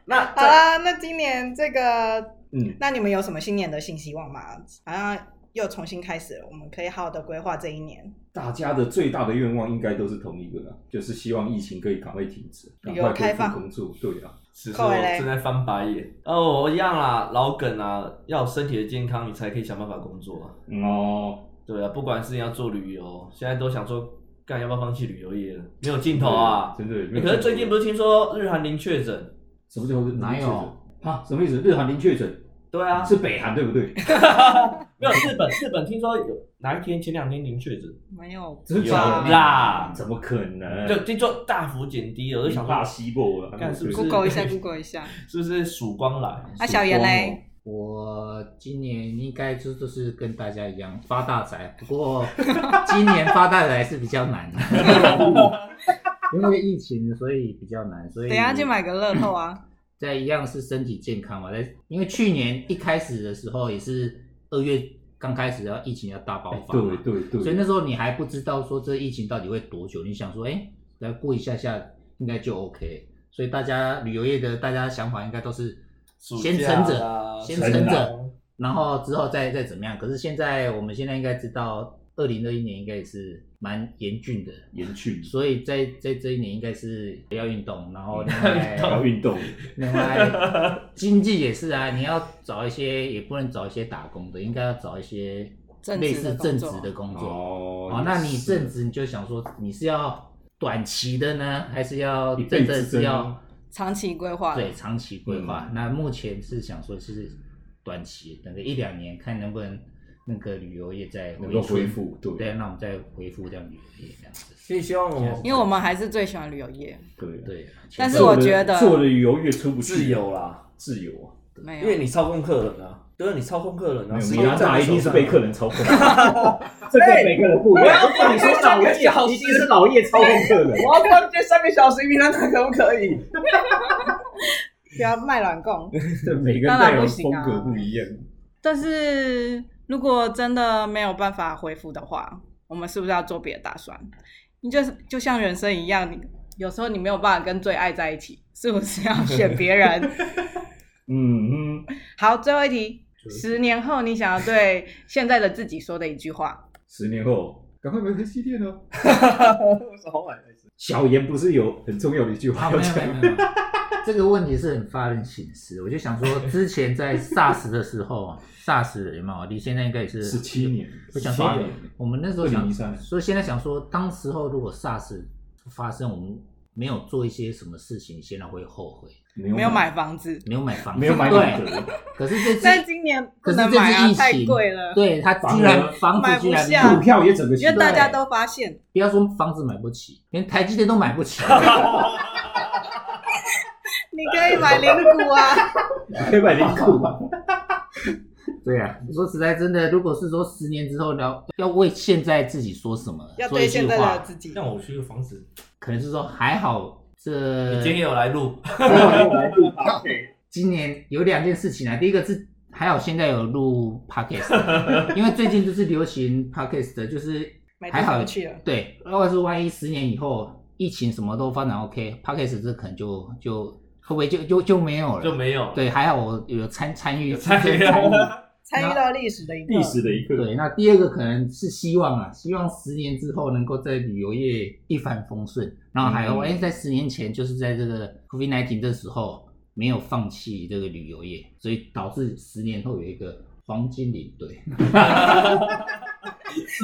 Speaker 4: 那
Speaker 3: 好啦，那今年这个，
Speaker 2: 嗯，
Speaker 3: 那你们有什么新年的新希望吗？好像又重新开始了，我们可以好好的规划这一年。
Speaker 2: 大家的最大的愿望应该都是同一个啦，就是希望疫情可以赶快停止，赶
Speaker 3: 旅游
Speaker 2: 快恢
Speaker 3: 开
Speaker 2: 复
Speaker 3: 放
Speaker 2: 工作。对啊，
Speaker 4: 此时
Speaker 3: 扣
Speaker 4: 我
Speaker 3: 了嘞
Speaker 4: 正在翻白眼。哦，我一样啦，老梗啊，要有身体的健康，你才可以想办法工作啊。
Speaker 2: 嗯哦，
Speaker 4: 对啊，不管是你要做旅游，现在都想说，干要不要放弃旅游业了？没有尽头啊！
Speaker 2: 真的。
Speaker 4: 欸可是最近不
Speaker 2: 是
Speaker 4: 是听说日韩零确诊？
Speaker 2: 什么叫日
Speaker 1: 哪有
Speaker 2: 啊？什么意思？日韩零确诊
Speaker 4: 对啊，
Speaker 2: 是北韩对不对？
Speaker 4: 没有日本，日本听说有哪一天前两天零确诊，
Speaker 7: 没有，啊
Speaker 2: 真的
Speaker 3: 啊
Speaker 2: 假的
Speaker 4: 有啦
Speaker 2: 怎么可能？
Speaker 4: 就听说大幅减低了，我就想
Speaker 2: 怕
Speaker 4: 说，
Speaker 2: 西部啊了，
Speaker 4: 干是不是
Speaker 7: Google 一下，Google 一 下。
Speaker 4: 是不是曙光来？
Speaker 7: 啊，小
Speaker 2: 原
Speaker 7: 圆嘞，
Speaker 1: 我今年应该就就是跟大家一样发大财，不过今年发大财是比较难的，因为疫情所以比较难，所以
Speaker 7: 等一下去买个乐透啊！
Speaker 1: 在一样是身体健康嘛，在因为去年一开始的时候也是二月刚开始要疫情要大爆发嘛，
Speaker 2: 哎对对对，
Speaker 1: 所以那时候你还不知道说这疫情到底会多久，你想说，哎、来过一下下应该就 OK。所以大家旅游业的大家想法应该都是
Speaker 4: 暑
Speaker 1: 先
Speaker 4: 假啊
Speaker 1: 撑
Speaker 4: 啦
Speaker 1: 着，先
Speaker 2: 撑
Speaker 1: 撑
Speaker 2: 啦
Speaker 1: 着，然后之后再再怎么样。可是现在我们现在应该知道，二零二一年应该也是蛮严峻的，
Speaker 2: 延续
Speaker 1: 所以在在这一年应该是要运动，然后另外
Speaker 2: 要运动，
Speaker 1: 另 外，经济也是啊，你要找一些，也不能找一些打工的，应该要找一些
Speaker 7: 正
Speaker 1: 类
Speaker 7: 职的
Speaker 1: 似
Speaker 7: 工
Speaker 1: 正职
Speaker 7: 作
Speaker 1: 的工作。
Speaker 2: 哦
Speaker 1: 哦，那你正职你就想说，你是要短期的呢，还是要
Speaker 2: 一
Speaker 1: 真
Speaker 2: 辈子
Speaker 1: 的
Speaker 2: 真
Speaker 1: 是要
Speaker 7: 长期规划
Speaker 1: 对长期规划？
Speaker 2: 嗯
Speaker 1: 那目前是想说，是短期，等个一两年，看能不能那个旅游业再
Speaker 2: 能够
Speaker 1: 春
Speaker 2: 恢复对
Speaker 1: 对，那我们再恢复这样旅游业这样子。
Speaker 4: 所以希望我
Speaker 1: 现在
Speaker 7: 因为我们还是最喜欢旅游业，
Speaker 2: 对啊，
Speaker 1: 对啊，
Speaker 7: 但是
Speaker 2: 做
Speaker 7: 我
Speaker 2: 了
Speaker 7: 觉得
Speaker 2: 做了旅游越出不去
Speaker 4: 自由啦，
Speaker 2: 自由啊，
Speaker 7: 没
Speaker 4: 因为
Speaker 7: 有。
Speaker 4: 你操控客人啊，对啊，你操控客人
Speaker 2: 没
Speaker 4: 啊，
Speaker 2: 有
Speaker 4: 时
Speaker 2: 米
Speaker 4: 间
Speaker 2: 兰
Speaker 4: 在
Speaker 2: 达
Speaker 4: 你
Speaker 2: 一定
Speaker 4: 手
Speaker 2: 是
Speaker 4: 上
Speaker 2: 被客人操控， 这跟每个人不一样。我要你说老叶，一定是老叶操控客人。
Speaker 6: 我要逛街三个小时，米兰达可不可 以？
Speaker 3: 不要卖软供。
Speaker 2: 对，每个人
Speaker 7: 当然
Speaker 2: 带有
Speaker 7: 不
Speaker 2: 的
Speaker 7: 行
Speaker 2: 风
Speaker 7: 啊
Speaker 2: 格不一样。
Speaker 7: 但是如果真的没有办法恢复的话，我们是不是要做别的打算？你就是就像人生一样，你有时候你没有办法跟最爱在一起，是不是要选别人？
Speaker 2: 嗯嗯，
Speaker 7: 好，最后一题，十年后你想要对现在的自己说的一句话，
Speaker 2: 十年后赶快买台积电 哦。
Speaker 6: 我是红海的
Speaker 2: 小严不是有很重要的一句话
Speaker 1: 啊，
Speaker 2: 要
Speaker 1: 没有
Speaker 2: 讲
Speaker 1: 没有？没有，没有 这个问题是很发人深思。我就想 说，之前在 SARS 的时候啊，SARS 有没有？离现在应该也是
Speaker 2: 十七年，
Speaker 1: 我想
Speaker 2: 八
Speaker 1: 说
Speaker 2: 年，，
Speaker 1: 我们那时候想
Speaker 2: 2013，
Speaker 1: 所以现在想说，当时候如果 SARS 发生，我们没有做一些什么事情，现在会后悔。
Speaker 2: 没
Speaker 3: 没有买房子，
Speaker 1: 没有买房子，
Speaker 2: 没有买
Speaker 1: 对
Speaker 2: 房，子，
Speaker 1: 可是这次
Speaker 3: 但今年不
Speaker 1: 可是
Speaker 3: 能
Speaker 1: 这
Speaker 3: 买啊
Speaker 1: 次疫，情
Speaker 3: 太贵了，
Speaker 1: 对他居然房
Speaker 3: 买
Speaker 1: 子
Speaker 3: 不
Speaker 1: 居然
Speaker 3: 下
Speaker 2: 股票也整个起
Speaker 3: 因为大
Speaker 2: 来。
Speaker 3: 家都发现，
Speaker 1: 不要说房子买不起，连台积电都买不 起。
Speaker 3: 你可以买零股啊，
Speaker 2: 可以买零股吧？
Speaker 1: 对啊，说实在真的，如果是说十年之后聊，要为现在自己说什么，
Speaker 3: 要
Speaker 1: 说一
Speaker 3: 对
Speaker 1: 句
Speaker 3: 现在的
Speaker 1: 话，
Speaker 3: 自己。
Speaker 4: 让我去个房子，
Speaker 1: 可能是说还好
Speaker 4: 你
Speaker 1: 这
Speaker 4: 今天有来录，
Speaker 1: 今年有两件事情啊，第一个是还好现在有录 podcast，因为最近就是流行 podcast，就是
Speaker 3: 买地
Speaker 1: 还好
Speaker 3: 方去了，
Speaker 1: 对，如果是万一十年以后疫情什么都发展 OK，podcast 这可能就就会不会就就就没有了？
Speaker 4: 就没有。
Speaker 1: 对，还好我有参参与
Speaker 4: 参与
Speaker 3: 参与到历史的一
Speaker 2: 历
Speaker 3: 刻，
Speaker 2: 史的一刻，
Speaker 1: 对，那第二个可能是希望啊，希望十年之后能够在旅游业一帆风顺，然后还有
Speaker 2: 嗯
Speaker 1: 哎、在十年前就是在这个 COVID 1 9的时候没有放弃这个旅游业，所以导致十年后有一个黄金领队，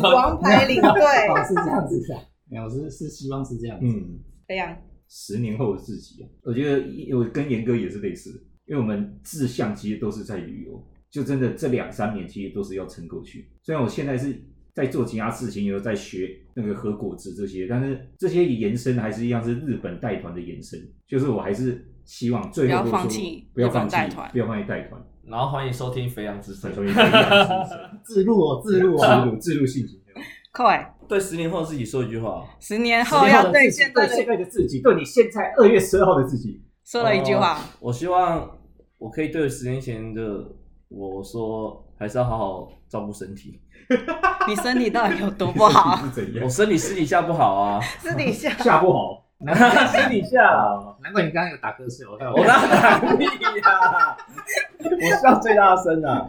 Speaker 3: 王牌领队，
Speaker 1: 哦是这样子的、没有是是希望是这样子，
Speaker 2: 嗯，
Speaker 3: 这样
Speaker 2: 十年后的自己啊，我觉得我跟严哥也是类似的，因为我们志向其实都是在旅游，就真的这两三年其实都是要撑过去。虽然我现在是在做其他事情，有在学那个和果子这些，但是这些延伸还是一样是日本带团的延伸，就是我还是希望最后
Speaker 3: 不要
Speaker 2: 都
Speaker 3: 放
Speaker 2: 说
Speaker 3: 弃
Speaker 2: 不要
Speaker 3: 日本
Speaker 2: 放弃
Speaker 3: 带团
Speaker 2: 不要放弃带团，
Speaker 4: 然后欢迎收听《肥羊之声
Speaker 2: 再》说。一次
Speaker 1: 自录哦自录
Speaker 2: 自
Speaker 1: 哦，
Speaker 2: 入自入信息。
Speaker 7: 哎
Speaker 3: 快，
Speaker 4: 对十年后自己说一句话，
Speaker 3: 十年后要对现
Speaker 2: 对
Speaker 3: 在的
Speaker 2: 现在的自己，对你现在二月十二号的自己，
Speaker 3: 说了一句话，
Speaker 4: 我希望我可以对十年前的我说，还是要好好照顾身体。
Speaker 3: 你身体到底有多不好？
Speaker 2: 是怎
Speaker 4: 我
Speaker 2: 样？
Speaker 4: 身体私底下不好 啊，
Speaker 3: 私底下
Speaker 2: 下不好，
Speaker 4: 私底下
Speaker 1: 哦难怪你刚刚有打瞌睡，我 看
Speaker 4: 我哪打屁呀、
Speaker 2: 我笑最大声啊！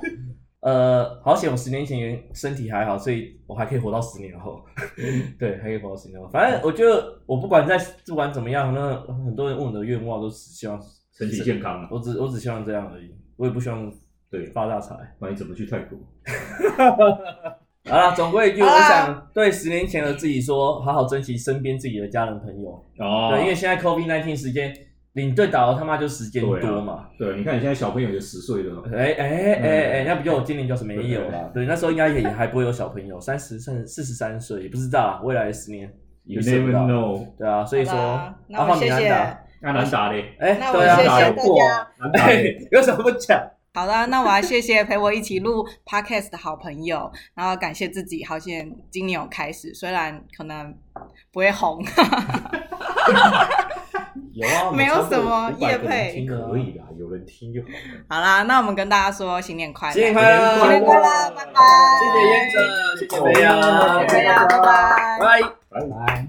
Speaker 4: 呃，好险，我十年前身体还好，所以我还可以活到十年后。对，还可以活到十年后。反正我觉得，我不管在不管怎么样，那很多人问我的愿望都是希望
Speaker 2: 身体健康啊
Speaker 4: 我只我只希望这样而已，我也不希望
Speaker 2: 对
Speaker 4: 发大财。
Speaker 2: 不然你怎么去泰国？
Speaker 4: 好啦，总归一句，
Speaker 3: 好
Speaker 4: 我
Speaker 3: 啦
Speaker 4: 想对十年前的自己说，好好珍惜身边自己的家人朋友。
Speaker 2: 哦
Speaker 4: 对，因为现在 COVID 1 9时间，领队导游他妈就时间
Speaker 2: 对啊
Speaker 4: 多嘛。
Speaker 2: 对，你看你现在小朋友有十岁 了，
Speaker 4: 哎哎哎哎，那比较我今年就是没有啦。对，那时候应该也也还不会有小朋友，三十三四十三岁也不知道啊，未来十年也
Speaker 2: You
Speaker 4: 是
Speaker 2: never
Speaker 4: 不知道。
Speaker 2: know，
Speaker 4: 对啊，所以说，
Speaker 3: 好啦那
Speaker 4: 阿
Speaker 3: 我
Speaker 4: 浩
Speaker 3: 谢
Speaker 4: 米兰
Speaker 3: 谢，
Speaker 4: 达，
Speaker 2: 那难打嘞，
Speaker 4: 哎，
Speaker 3: 那
Speaker 4: 对
Speaker 3: 我
Speaker 4: 啊，
Speaker 3: 谢谢
Speaker 4: 打
Speaker 3: 大
Speaker 4: 有过啊，
Speaker 3: 家。
Speaker 2: 难打 嘞。
Speaker 4: 哎，有 什么讲？
Speaker 3: 好啦，那我要谢谢陪我一起录 podcast 的好朋友，然后感谢自己，好险今年有开始，虽然可能不会红，
Speaker 4: 有啊，
Speaker 3: 没有
Speaker 4: 我们
Speaker 3: 什么
Speaker 4: 超过500个
Speaker 3: 业配
Speaker 4: 人听的啊
Speaker 2: 可以啦，有人听就好了。
Speaker 3: 好啦，那我们跟大家说新年快乐，
Speaker 4: 新年快乐，
Speaker 3: 新年快乐，拜拜，
Speaker 4: 谢谢燕子，谢谢梅
Speaker 3: 谢谢
Speaker 4: 阳，
Speaker 3: 大家，拜拜。
Speaker 4: 拜。
Speaker 2: 拜拜。
Speaker 1: 拜。